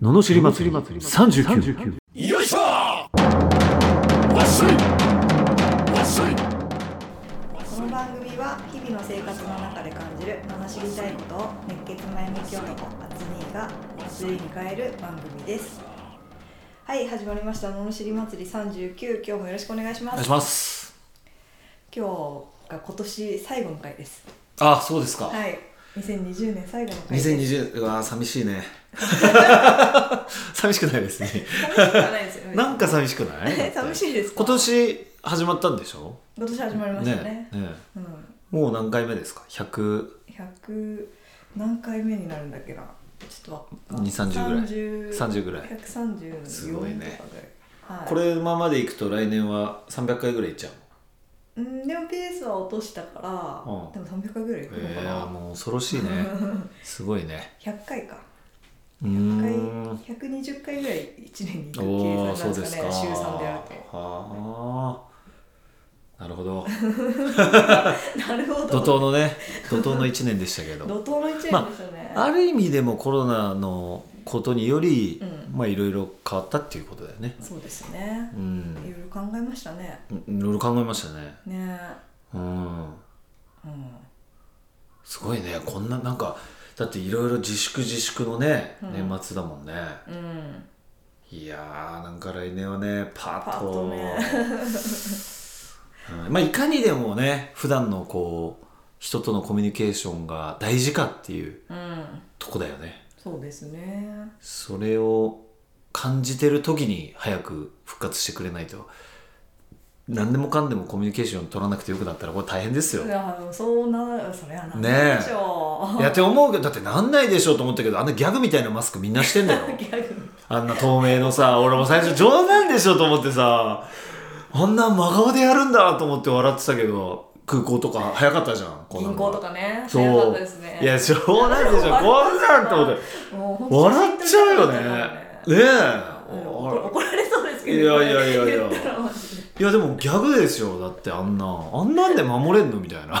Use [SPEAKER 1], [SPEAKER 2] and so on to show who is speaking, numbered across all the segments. [SPEAKER 1] ののしり祭り39
[SPEAKER 2] よいしょわっしょいわっしょい
[SPEAKER 3] この番組は日々の生活の中で感じる罵りたいことを熱血前向き男アツニーが祭りに変える番組ですはい始まりました「罵り祭り39」今日もよろしくお願いし
[SPEAKER 2] お
[SPEAKER 3] ま
[SPEAKER 2] 願
[SPEAKER 3] す
[SPEAKER 2] いします
[SPEAKER 3] 今日が今年最後の回です
[SPEAKER 2] あそうですか、
[SPEAKER 3] はい2020年最後の回です
[SPEAKER 2] 2020うわー寂しい ね寂しくないですね
[SPEAKER 3] 寂しくはないですよね
[SPEAKER 2] なんか寂しくない
[SPEAKER 3] 寂しいですか
[SPEAKER 2] 今年始まったんでしょ
[SPEAKER 3] 今年始まりましたね
[SPEAKER 2] ねね
[SPEAKER 3] うん
[SPEAKER 2] もう何回目ですか100
[SPEAKER 3] 100何回目になるんだっけなちょっと
[SPEAKER 2] 230ぐらい
[SPEAKER 3] 30
[SPEAKER 2] 30ぐらい
[SPEAKER 3] 130の
[SPEAKER 2] すごいね
[SPEAKER 3] 4とかぐらいはい
[SPEAKER 2] これままでいくと来年は300回ぐらいいっちゃう
[SPEAKER 3] うんでもペースは落としたから、
[SPEAKER 2] うん
[SPEAKER 3] でも300回ぐらいいく
[SPEAKER 2] え
[SPEAKER 3] のか
[SPEAKER 2] えー、
[SPEAKER 3] な、
[SPEAKER 2] もう恐ろしいね すごいね
[SPEAKER 3] 100回か
[SPEAKER 2] うー
[SPEAKER 3] 100回
[SPEAKER 2] ん
[SPEAKER 3] 120回ぐらい1年に行く
[SPEAKER 2] お
[SPEAKER 3] 計
[SPEAKER 2] お
[SPEAKER 3] 算
[SPEAKER 2] そう
[SPEAKER 3] なん
[SPEAKER 2] で
[SPEAKER 3] です
[SPEAKER 2] す
[SPEAKER 3] か
[SPEAKER 2] か
[SPEAKER 3] ね週3でや
[SPEAKER 2] はあなるほど
[SPEAKER 3] る となるほ
[SPEAKER 2] 怒
[SPEAKER 3] ど
[SPEAKER 2] 涛のね怒涛の1年でしたけど
[SPEAKER 3] 怒涛の1年でしたね、
[SPEAKER 2] ある意味でもコロナのことにより、
[SPEAKER 3] うん
[SPEAKER 2] まあいろいろ変わったっていうことだよね
[SPEAKER 3] そうですね
[SPEAKER 2] う
[SPEAKER 3] い
[SPEAKER 2] ん
[SPEAKER 3] ろいろ考えましたね
[SPEAKER 2] いろいろ考えましたね
[SPEAKER 3] ね
[SPEAKER 2] うん
[SPEAKER 3] え、うん、
[SPEAKER 2] すごいねこんななんかだっていろいろ自粛自粛のね、
[SPEAKER 3] うん
[SPEAKER 2] 年末だもんね
[SPEAKER 3] うん、
[SPEAKER 2] いやーなんか来年はねパ
[SPEAKER 3] パ
[SPEAKER 2] ッ
[SPEAKER 3] ッ
[SPEAKER 2] と
[SPEAKER 3] とね
[SPEAKER 2] うんまあいかにでもね普段のこう人とのコミュニケーションが大事かっていう
[SPEAKER 3] うん、
[SPEAKER 2] とこだよね
[SPEAKER 3] そうですね
[SPEAKER 2] それを感じてる時に早く復活してくれないと何でもかんでもコミュニケーション取らなくてよくなったらこれ大変ですよ
[SPEAKER 3] いやそうなそれはなん
[SPEAKER 2] ねえ
[SPEAKER 3] でしょう、
[SPEAKER 2] いやって思うけどだってなんないでしょうと思ったけどあんなギャグみたいなマスクみんなしてんだよ
[SPEAKER 3] ギャグ
[SPEAKER 2] あんな透明の さ俺も最初冗談でしょと思ってさあんな真顔でやるんだと思って笑ってたけど空港とか早かったじゃんこんな
[SPEAKER 3] 銀
[SPEAKER 2] の
[SPEAKER 3] 行とかね
[SPEAKER 2] そう
[SPEAKER 3] 早かったですね
[SPEAKER 2] いや冗談でしょこんなんと思って
[SPEAKER 3] もう本当に
[SPEAKER 2] 笑っちゃうよねねえ
[SPEAKER 3] うん
[SPEAKER 2] お
[SPEAKER 3] 怒怒られそうですけど、
[SPEAKER 2] いやいやいやいや
[SPEAKER 3] 言ったらマジで
[SPEAKER 2] いやでもギャグですよだってあんなあんなんで守れんのみたいな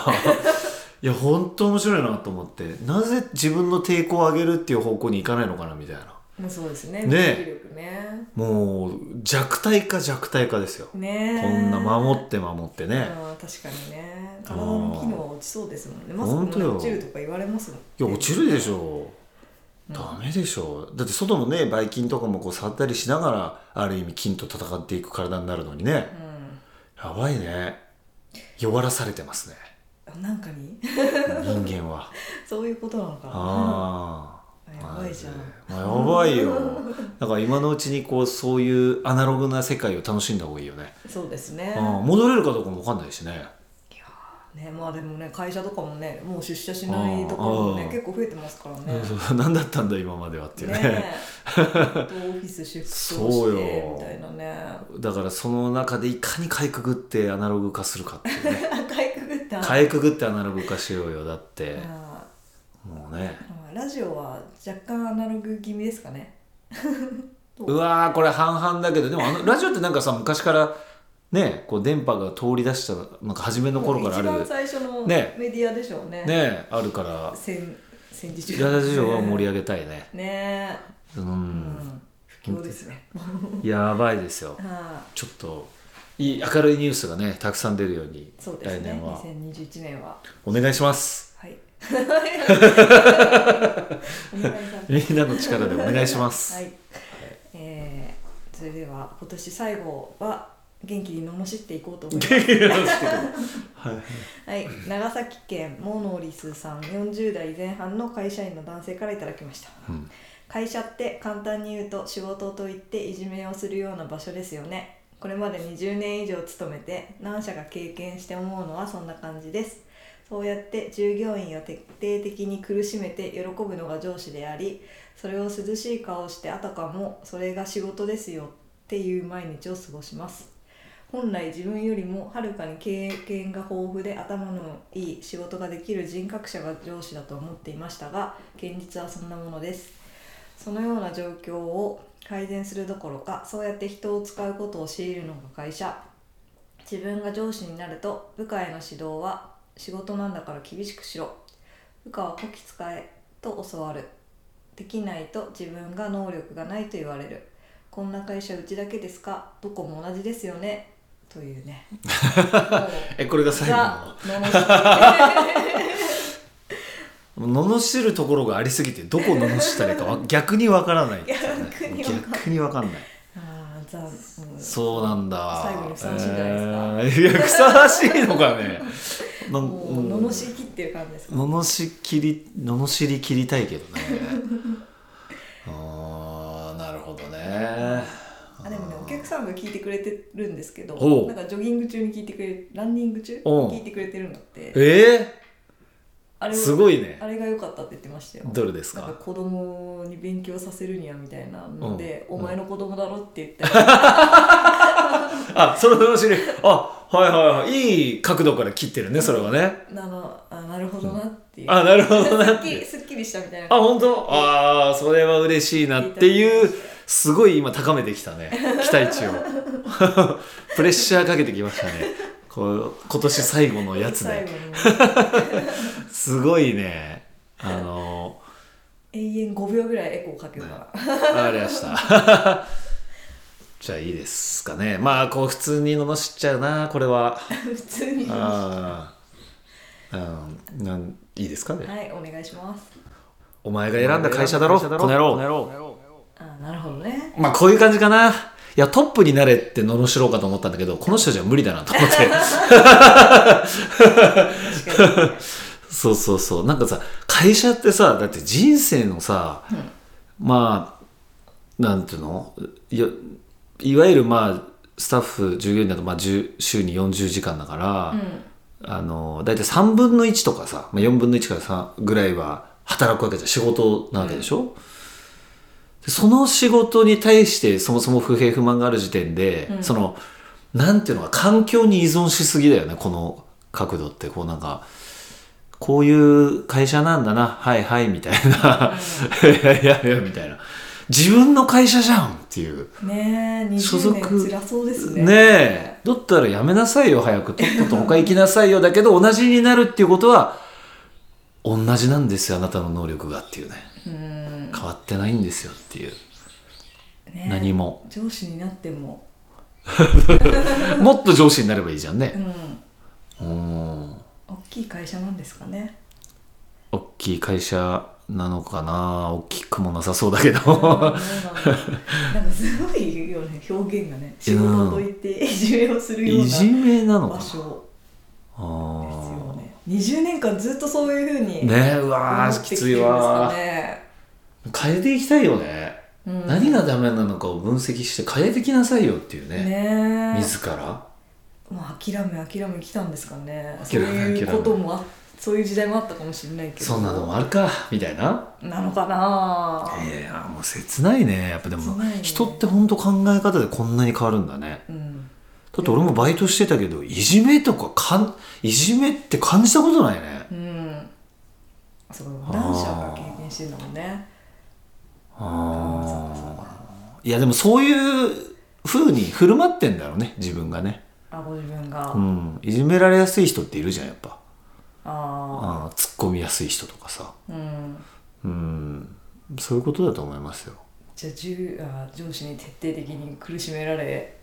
[SPEAKER 2] いや本当面白いなと思ってなぜ自分の抵抗を上げるっていう方向に行かないのかなみたいな
[SPEAKER 3] もうそうですね
[SPEAKER 2] ねえ
[SPEAKER 3] 無力ね
[SPEAKER 2] もう弱体化弱体化ですよ
[SPEAKER 3] ねえ
[SPEAKER 2] こんな守って守ってね
[SPEAKER 3] うん確かにね体の機能落ちそうですもんねマス
[SPEAKER 2] 本
[SPEAKER 3] ク
[SPEAKER 2] 当よ
[SPEAKER 3] も落ちるとか言われますもん
[SPEAKER 2] いや落ちるでしょ
[SPEAKER 3] うん
[SPEAKER 2] ダメでしょだって外のねばい菌とかもこう触ったりしながらある意味菌と戦っていく体になるのにねやばいね弱らされてますね
[SPEAKER 3] うんなんかに
[SPEAKER 2] 人間は
[SPEAKER 3] そういうことなのかな
[SPEAKER 2] ああ
[SPEAKER 3] やばいじゃん、
[SPEAKER 2] まあやばいよだから今のうちにこうそういうアナログな世界を楽しんだ方がいいよね、
[SPEAKER 3] そうですね
[SPEAKER 2] うん戻れるかどうかも分かんないしね
[SPEAKER 3] ねまあでもね会社とかもねもう出社しないところも
[SPEAKER 2] あ
[SPEAKER 3] ね
[SPEAKER 2] ー
[SPEAKER 3] 結構増えてますからね
[SPEAKER 2] そうそう 何だったんだ今まではっていうね
[SPEAKER 3] ねえずっとオフィスシフト
[SPEAKER 2] そう
[SPEAKER 3] して
[SPEAKER 2] よ
[SPEAKER 3] みたいなね
[SPEAKER 2] だからその中でいかにかいくぐってアナログ化するかっていうね
[SPEAKER 3] かいくぐった
[SPEAKER 2] かいくぐってアナログ化しようよだって
[SPEAKER 3] あ
[SPEAKER 2] もうね
[SPEAKER 3] ーまあラジオは若干アナログ気味ですかね
[SPEAKER 2] うわーこれ半々だけどでもあのラジオってなんかさ昔からねこう電波が通り出したなんか初めの頃からある
[SPEAKER 3] もう一番最初の
[SPEAKER 2] ね
[SPEAKER 3] メディアでしょうね
[SPEAKER 2] ねあるから
[SPEAKER 3] 戦戦時中
[SPEAKER 2] ラジオは盛り
[SPEAKER 3] 上
[SPEAKER 2] 上げたいね
[SPEAKER 3] げ ね
[SPEAKER 2] う
[SPEAKER 3] え、うんん、不況ですね
[SPEAKER 2] やばいですよ。
[SPEAKER 3] は
[SPEAKER 2] ちょっといい明るいニュースがねたくさん出るように
[SPEAKER 3] いそうです
[SPEAKER 2] 来
[SPEAKER 3] ね
[SPEAKER 2] 年は
[SPEAKER 3] 2021年は
[SPEAKER 2] お願いします。
[SPEAKER 3] はいお願いします
[SPEAKER 2] みんなの力でお願いします。
[SPEAKER 3] はい、えー、それでは今年最後は元気に罵っていこうと思います
[SPEAKER 2] はい
[SPEAKER 3] はい、長崎県モノリスさん40代前半の会社員の男性からいただきました
[SPEAKER 2] うん
[SPEAKER 3] 会社って簡単に言うと仕事と言っていじめをするような場所ですよねこれまで20年以上勤めて何社か経験して思うのはそんな感じですそうやって従業員を徹底的に苦しめて喜ぶのが上司でありそれを涼しい顔をしてあたかもそれが仕事ですよっていう毎日を過ごします本来自分よりもはるかに経験が豊富で頭のいい仕事ができる人格者が上司だと思っていましたが現実はそんなものですそのような状況を改善するどころかそうやって人を使うことを強いるのが会社自分が上司になると部下への指導は仕事なんだから厳しくしろ部下はこき使えと教わるできないと自分が能力がないと言われるこんな会社うちだけですかどこも同じですよねというねもう
[SPEAKER 2] えこれが最後
[SPEAKER 3] ザ罵り
[SPEAKER 2] の罵るところがありすぎてどこ罵ったらいい かわ逆にわからないっていうね
[SPEAKER 3] 逆にわかん
[SPEAKER 2] 逆にわかんない
[SPEAKER 3] ないあーザ、うん
[SPEAKER 2] そうなんだ
[SPEAKER 3] 最後にふさわしいんじゃないですか
[SPEAKER 2] えーいやふさわしいのか ねな
[SPEAKER 3] もう罵り切ってる感じですか
[SPEAKER 2] 罵切り罵り切りたいけど ねあーなるほどね
[SPEAKER 3] あでもねお客さんが聞いてくれてるんですけど
[SPEAKER 2] おう
[SPEAKER 3] なんかジョギング中に聞いてくれるランニング中
[SPEAKER 2] おう
[SPEAKER 3] 聞いてくれてるんだって
[SPEAKER 2] え
[SPEAKER 3] あ
[SPEAKER 2] ー、
[SPEAKER 3] れを
[SPEAKER 2] すごいね
[SPEAKER 3] あれが良かったって言ってましたよ
[SPEAKER 2] どれです
[SPEAKER 3] なん
[SPEAKER 2] か
[SPEAKER 3] か子供に勉強させるにはみたいなので、
[SPEAKER 2] うん
[SPEAKER 3] お前の子供だろって言ったら、
[SPEAKER 2] あその罵りあはいはいはいいい角度から切ってるねそれはね
[SPEAKER 3] なのあなるほどなっていう、
[SPEAKER 2] あなるほど
[SPEAKER 3] す
[SPEAKER 2] な
[SPEAKER 3] っ
[SPEAKER 2] っ
[SPEAKER 3] きり
[SPEAKER 2] て
[SPEAKER 3] すっきりしたみたいな
[SPEAKER 2] あ本当ああそれは嬉しいなっていうすごい今高めてきたね期待値を プレッシャーかけてきましたねこう今年最後のやつ
[SPEAKER 3] 最
[SPEAKER 2] で
[SPEAKER 3] 後に
[SPEAKER 2] すごいねあの
[SPEAKER 3] 永遠5秒ぐらいエコーかけるから、
[SPEAKER 2] わかりました じゃあいいですかねまあこう普通に罵っちゃうなこれは
[SPEAKER 3] 普通には
[SPEAKER 2] あーうんなんいいですかね、
[SPEAKER 3] いお願いします
[SPEAKER 2] お前が選んだ会社だろこの野郎
[SPEAKER 3] あなるほどね
[SPEAKER 2] まあこういう感じかな。いや、トップになれって罵ろうかと思ったんだけど、この人じゃ無理だなと思って。
[SPEAKER 3] 確かにね
[SPEAKER 2] そうそうそう。なんかさ、会社ってさ、だって人生のさ、まあ、なんていうのいやいわゆるまあ、スタッフ、従業員だとまあ10週に40時間だから、あの、だいたい3分の1とかさ、まあ、4分の1から3ぐらいは働くわけじゃん。仕事なわけでしょ、でその仕事に対してそもそも不平不満がある時点で、
[SPEAKER 3] うん
[SPEAKER 2] その、なんていうのか、環境に依存しすぎだよね、この角度って。こうなんか、こういう会社なんだな、はいはい、みたいな。 いやいやいや、みたいな。自分の会社じゃんっていう。
[SPEAKER 3] うんねえ
[SPEAKER 2] 所
[SPEAKER 3] 20
[SPEAKER 2] 属
[SPEAKER 3] 年辛そうですね
[SPEAKER 2] ねえ。だったらやめなさいよ、早く。とっとと他行きなさいよ。だけど、同じになるっていうことは、同じなんですよ、あなたの能力がっていうね。
[SPEAKER 3] うん
[SPEAKER 2] 変わってないんですよっていう。
[SPEAKER 3] ねえ
[SPEAKER 2] 何も。
[SPEAKER 3] 上司になっても
[SPEAKER 2] もっと上司になればいいじゃん
[SPEAKER 3] う
[SPEAKER 2] ね。
[SPEAKER 3] ん
[SPEAKER 2] うん。
[SPEAKER 3] 大きい会社なんです かね
[SPEAKER 2] 大きい会社なのかな大きくもなさそうだけ
[SPEAKER 3] そう
[SPEAKER 2] ど。
[SPEAKER 3] なんだなんかすごいよね表現がね
[SPEAKER 2] い
[SPEAKER 3] 仕
[SPEAKER 2] や
[SPEAKER 3] 事と言っていじめをするよう
[SPEAKER 2] いじ
[SPEAKER 3] な
[SPEAKER 2] めなのか
[SPEAKER 3] 場
[SPEAKER 2] な
[SPEAKER 3] 所ですよ
[SPEAKER 2] あ
[SPEAKER 3] ね20年間ずっとそういうふう
[SPEAKER 2] ー
[SPEAKER 3] に
[SPEAKER 2] ねえ、うわ
[SPEAKER 3] 思
[SPEAKER 2] ー、
[SPEAKER 3] って
[SPEAKER 2] き
[SPEAKER 3] きて
[SPEAKER 2] つ
[SPEAKER 3] る
[SPEAKER 2] い
[SPEAKER 3] んですか
[SPEAKER 2] わ
[SPEAKER 3] ね
[SPEAKER 2] ー。変えていきたいよね。
[SPEAKER 3] うん
[SPEAKER 2] 何がダメなのかを分析して変えてきなさいよっていうね。
[SPEAKER 3] ねえ
[SPEAKER 2] 自ら。
[SPEAKER 3] もう諦め諦め来たんですかねそう
[SPEAKER 2] 諦め
[SPEAKER 3] いうこともあそういう時代もあったかもしれないけど
[SPEAKER 2] そんなのもあるか、みたいな。
[SPEAKER 3] なのかない
[SPEAKER 2] やいや、もう切ないね。やっぱでも
[SPEAKER 3] 切ないね、
[SPEAKER 2] 人ってほんと考え方でこんなに変わるんだね。
[SPEAKER 3] うん
[SPEAKER 2] だって俺もバイトしてたけど、いじめとかかん、いじめって感じたことないね。
[SPEAKER 3] うんそう男子が経験してんだもんね
[SPEAKER 2] あーいやでもそういう風に振る舞ってんだろうね自分がね、
[SPEAKER 3] あご自分が、
[SPEAKER 2] うん、いじめられやすい人っているじゃんやっぱ
[SPEAKER 3] あ
[SPEAKER 2] あー突っ込みやすい人とかさ、
[SPEAKER 3] あうん
[SPEAKER 2] うん、そういうことだと思いますよ
[SPEAKER 3] じゃあ従あ上司に徹底的に苦しめられ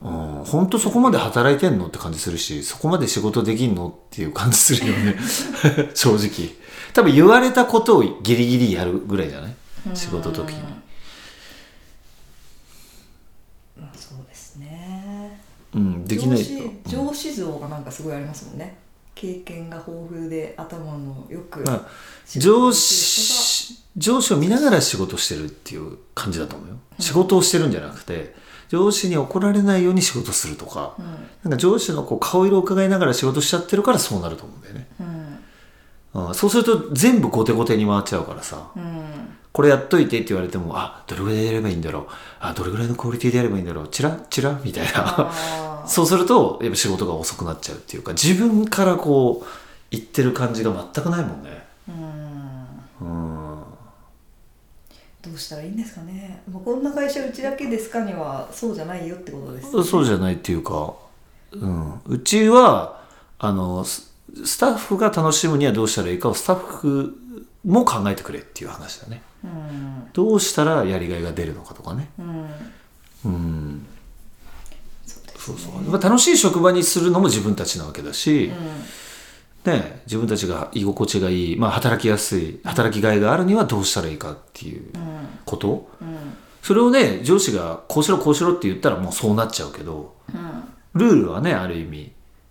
[SPEAKER 2] うん本当そこまで働いてんのって感じするしそこまで仕事できんのっていう感じするよね 正直多分言われたことをギリギリやるぐらいじゃない仕事時に
[SPEAKER 3] まあそうですね
[SPEAKER 2] うんできない
[SPEAKER 3] 上
[SPEAKER 2] と
[SPEAKER 3] 司上司像がなんかすごいありますもんね経験が豊富で頭のよく
[SPEAKER 2] まあ
[SPEAKER 3] 仕事
[SPEAKER 2] 上
[SPEAKER 3] をし
[SPEAKER 2] 司上司を見ながら仕事してるっていう感じだと思うよ仕事をしてるんじゃなくて上司に怒られないように仕事するとか
[SPEAKER 3] てる人
[SPEAKER 2] なん
[SPEAKER 3] が
[SPEAKER 2] か上司のこう顔色を伺いながら仕事しちゃってるからそうなると思うんだよね、
[SPEAKER 3] うん
[SPEAKER 2] うん、そうすると全部後手後手に回っちゃうからさ
[SPEAKER 3] う んうん
[SPEAKER 2] これやっといてって言われてもあどれぐらいでやればいいんだろうあどれぐらいのクオリティでやればいいんだろうチラチラみたい な
[SPEAKER 3] あー
[SPEAKER 2] そうするとやっぱ仕事が遅くなっちゃうっていうか自分からこう言ってる感じが全くないもんね
[SPEAKER 3] うん
[SPEAKER 2] うん
[SPEAKER 3] どうしたらいいんですかね、まあ、こんな会社うちだけですかにはそうじゃないよってことですね
[SPEAKER 2] そうじゃないっていうか、うん、うちはあのススタッフが楽しむにはどうしたらいいかをスタッフも考えてくれっていう話だね
[SPEAKER 3] ううん
[SPEAKER 2] どうしたらやりがいが出るのかとかね
[SPEAKER 3] うん
[SPEAKER 2] うん
[SPEAKER 3] そうですね
[SPEAKER 2] そうそうまあ楽しい職場にするのも自分たちなわけだし、ね、自分たちが居心地がいい、まあ、働きやすい働きがいがあるにはどうしたらいいかっていう
[SPEAKER 3] うんうん
[SPEAKER 2] こと、
[SPEAKER 3] うん
[SPEAKER 2] それをね上司がこうしろこうしろって言ったらもうそうなっちゃうけど
[SPEAKER 3] うん
[SPEAKER 2] ルールはねある意味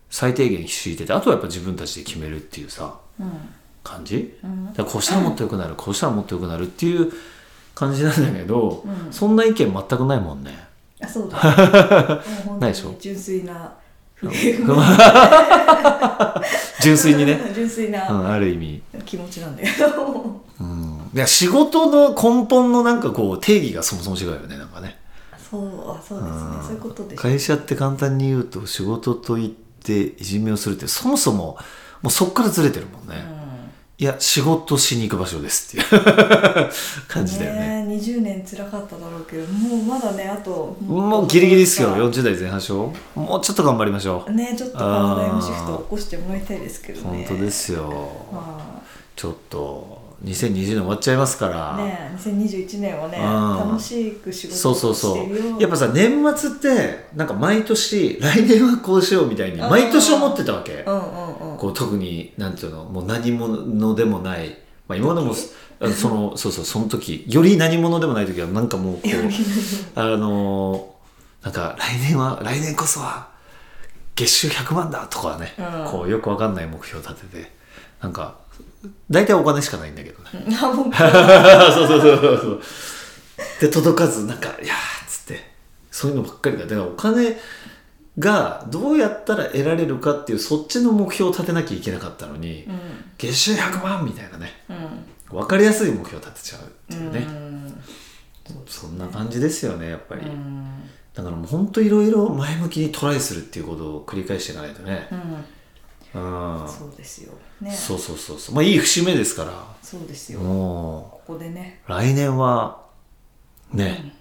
[SPEAKER 2] 最低限敷いててあとはやっぱ自分たちで決めるっていうさ
[SPEAKER 3] うん
[SPEAKER 2] 感じ
[SPEAKER 3] うん
[SPEAKER 2] だからこうしたらもっと良くなるこうしたらもっと良くなるっていう感じなんだけど、
[SPEAKER 3] うん
[SPEAKER 2] そんな意見全くないもんね。
[SPEAKER 3] あそ うだ、ね、もう本当
[SPEAKER 2] ないで
[SPEAKER 3] に
[SPEAKER 2] しょ
[SPEAKER 3] 純粋な
[SPEAKER 2] 純粋に ね、
[SPEAKER 3] 純粋
[SPEAKER 2] う、
[SPEAKER 3] なん
[SPEAKER 2] ある意味、
[SPEAKER 3] 気持ちなんだ けど
[SPEAKER 2] うん、いや仕事の根本のなんかこう定義がそもそも違うよねなんかね
[SPEAKER 3] そうあそうですね
[SPEAKER 2] うん
[SPEAKER 3] そういうことでしょ
[SPEAKER 2] 会社って簡単に言うと仕事と言っていじめをするってそもそももうそっからずれてるもんね、いや仕事しに行く場所ですって いう感じだよね
[SPEAKER 3] ねえ20年辛かっただろうけどもうまだねあと
[SPEAKER 2] もうギリギリですよ40代前半でしょもうちょっと頑張りましょう、
[SPEAKER 3] ねちょっとパラダイムシフトを起こしてもらいたいですけど
[SPEAKER 2] 本
[SPEAKER 3] ね
[SPEAKER 2] 当ですよ、
[SPEAKER 3] ま
[SPEAKER 2] ちょっと2020年終わっちゃいますから、
[SPEAKER 3] あねえ2021年はね
[SPEAKER 2] うん
[SPEAKER 3] 楽しく仕事
[SPEAKER 2] そ
[SPEAKER 3] を
[SPEAKER 2] うそう
[SPEAKER 3] し
[SPEAKER 2] そ
[SPEAKER 3] てるよ
[SPEAKER 2] うやっぱさ年末ってなんか毎年来年はこうしようみたいに毎年思ってたわけ
[SPEAKER 3] うんうん うん
[SPEAKER 2] こう特になんていうのもう何者でもない、まあ、今までもあのそ のそうそうその時より何者でもない時はなんかもうこう あのーなんか来年は来年こそは月収100万だとかはね、
[SPEAKER 3] うん
[SPEAKER 2] こうよくわかんない目標立ててなんか大体お金しかないんだけどね
[SPEAKER 3] あもう
[SPEAKER 2] そうそうそうそうそうで届かずなんかいやーっつってそういうのばっかりだだからお金がどうやったら得られるかっていうそっちの目標を立てなきゃいけなかったのに、
[SPEAKER 3] うん
[SPEAKER 2] 月収100万みたいなね
[SPEAKER 3] うん
[SPEAKER 2] 分かりやすい目標を立てちゃうっていううね、
[SPEAKER 3] ん
[SPEAKER 2] そんな感じですよねやっぱり、
[SPEAKER 3] うん
[SPEAKER 2] だからもうほんといろいろ前向きにトライするっていうことを繰り返していかないとね
[SPEAKER 3] うん
[SPEAKER 2] うん
[SPEAKER 3] そうですよね
[SPEAKER 2] そうそうそうそうまあいい節目ですか
[SPEAKER 3] そうです
[SPEAKER 2] ら
[SPEAKER 3] よ
[SPEAKER 2] も
[SPEAKER 3] ここでね
[SPEAKER 2] う来年はね、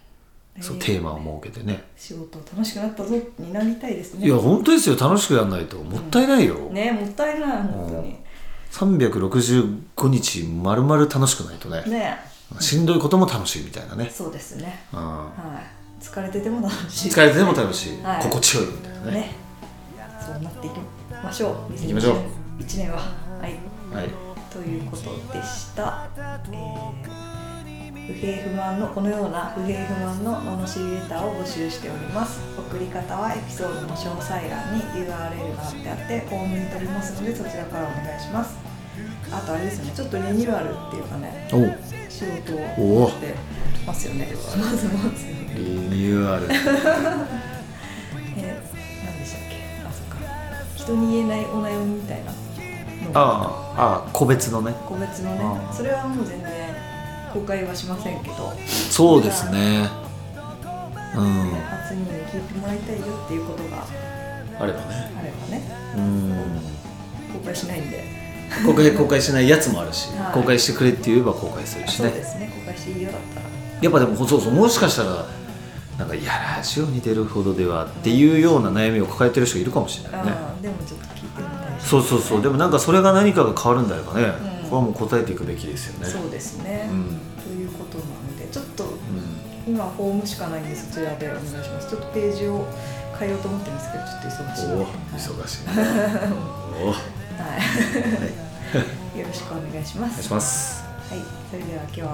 [SPEAKER 2] そう
[SPEAKER 3] え
[SPEAKER 2] テーマを設けてね
[SPEAKER 3] 仕事楽しくなったぞになりたいですね
[SPEAKER 2] いや本当ですよ楽しくやんないともったいないよ、
[SPEAKER 3] ねもったいない本当に
[SPEAKER 2] 365日丸々楽しくないとね
[SPEAKER 3] ね
[SPEAKER 2] しんどいことも楽しいみたいなね、
[SPEAKER 3] そうですね
[SPEAKER 2] うん、
[SPEAKER 3] はい疲れてても楽しい
[SPEAKER 2] 疲れてても楽しい、
[SPEAKER 3] はい
[SPEAKER 2] 心地よいみたいなね
[SPEAKER 3] ねそうなっていきましょう
[SPEAKER 2] いきましょう
[SPEAKER 3] 1年ははい
[SPEAKER 2] はい
[SPEAKER 3] ということでした、えー不平不満のこのような不平不満の罵りレターを募集しております送り方はエピソードの詳細欄に URL が貼ってあってフォームに飛びますのでそちらからお願いしますあとあれですよねちょっとリニューアルっていうかね
[SPEAKER 2] おう
[SPEAKER 3] 仕事
[SPEAKER 2] お
[SPEAKER 3] を
[SPEAKER 2] お
[SPEAKER 3] してますよねまずまず
[SPEAKER 2] リニューアル
[SPEAKER 3] えー、何でしたっけあそっか人に言えないお悩みみたいなの
[SPEAKER 2] ああああ個別のね
[SPEAKER 3] 個別のね
[SPEAKER 2] あ
[SPEAKER 3] それはもう全然公開はしませんけど
[SPEAKER 2] そうですねうん
[SPEAKER 3] 初に聞いてもらいたいよっていうことが
[SPEAKER 2] あればね
[SPEAKER 3] あればね
[SPEAKER 2] うん
[SPEAKER 3] 公開しないんで、
[SPEAKER 2] 公開公開しないやつもあるし、
[SPEAKER 3] はい
[SPEAKER 2] 公開してくれって言えば公開する
[SPEAKER 3] あ
[SPEAKER 2] し
[SPEAKER 3] そう
[SPEAKER 2] ね
[SPEAKER 3] ですね公開していいよだったら
[SPEAKER 2] やっぱでもそうそうもしかしたらなんかいやラジオに出るほどではっていうような悩みを抱えてる人いるかもしれないね
[SPEAKER 3] あーでもちょっと聞いてみたいし
[SPEAKER 2] そうそうそうでもなんかそれが何かが変わるんであればね、
[SPEAKER 3] うん
[SPEAKER 2] これはもう答えていくべきですよね
[SPEAKER 3] そうですね、
[SPEAKER 2] うん
[SPEAKER 3] ということなのでちょっと
[SPEAKER 2] うん
[SPEAKER 3] 今フォームしかないんでそちらでお願いしますちょっとページを変えようと思ってるんですけどちょっと忙しいの
[SPEAKER 2] お
[SPEAKER 3] で
[SPEAKER 2] お忙しいねおおお
[SPEAKER 3] はい、はい、 よろしくお願いしま
[SPEAKER 2] 願い
[SPEAKER 3] す
[SPEAKER 2] します
[SPEAKER 3] はい、それでは今日は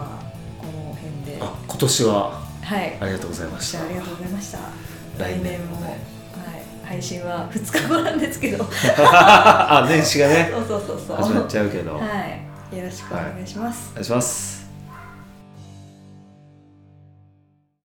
[SPEAKER 3] この辺で、
[SPEAKER 2] あ今年は
[SPEAKER 3] はい、
[SPEAKER 2] ありがとうございました
[SPEAKER 3] じゃあありがとうございました。
[SPEAKER 2] 来年も
[SPEAKER 3] も、は
[SPEAKER 2] ね
[SPEAKER 3] い、配信は2日後なんですけど、そう
[SPEAKER 2] あ年始がね
[SPEAKER 3] そうそうそう、
[SPEAKER 2] 始まっちゃうけど、お
[SPEAKER 3] はい、よろしくお願いします。
[SPEAKER 2] 願いします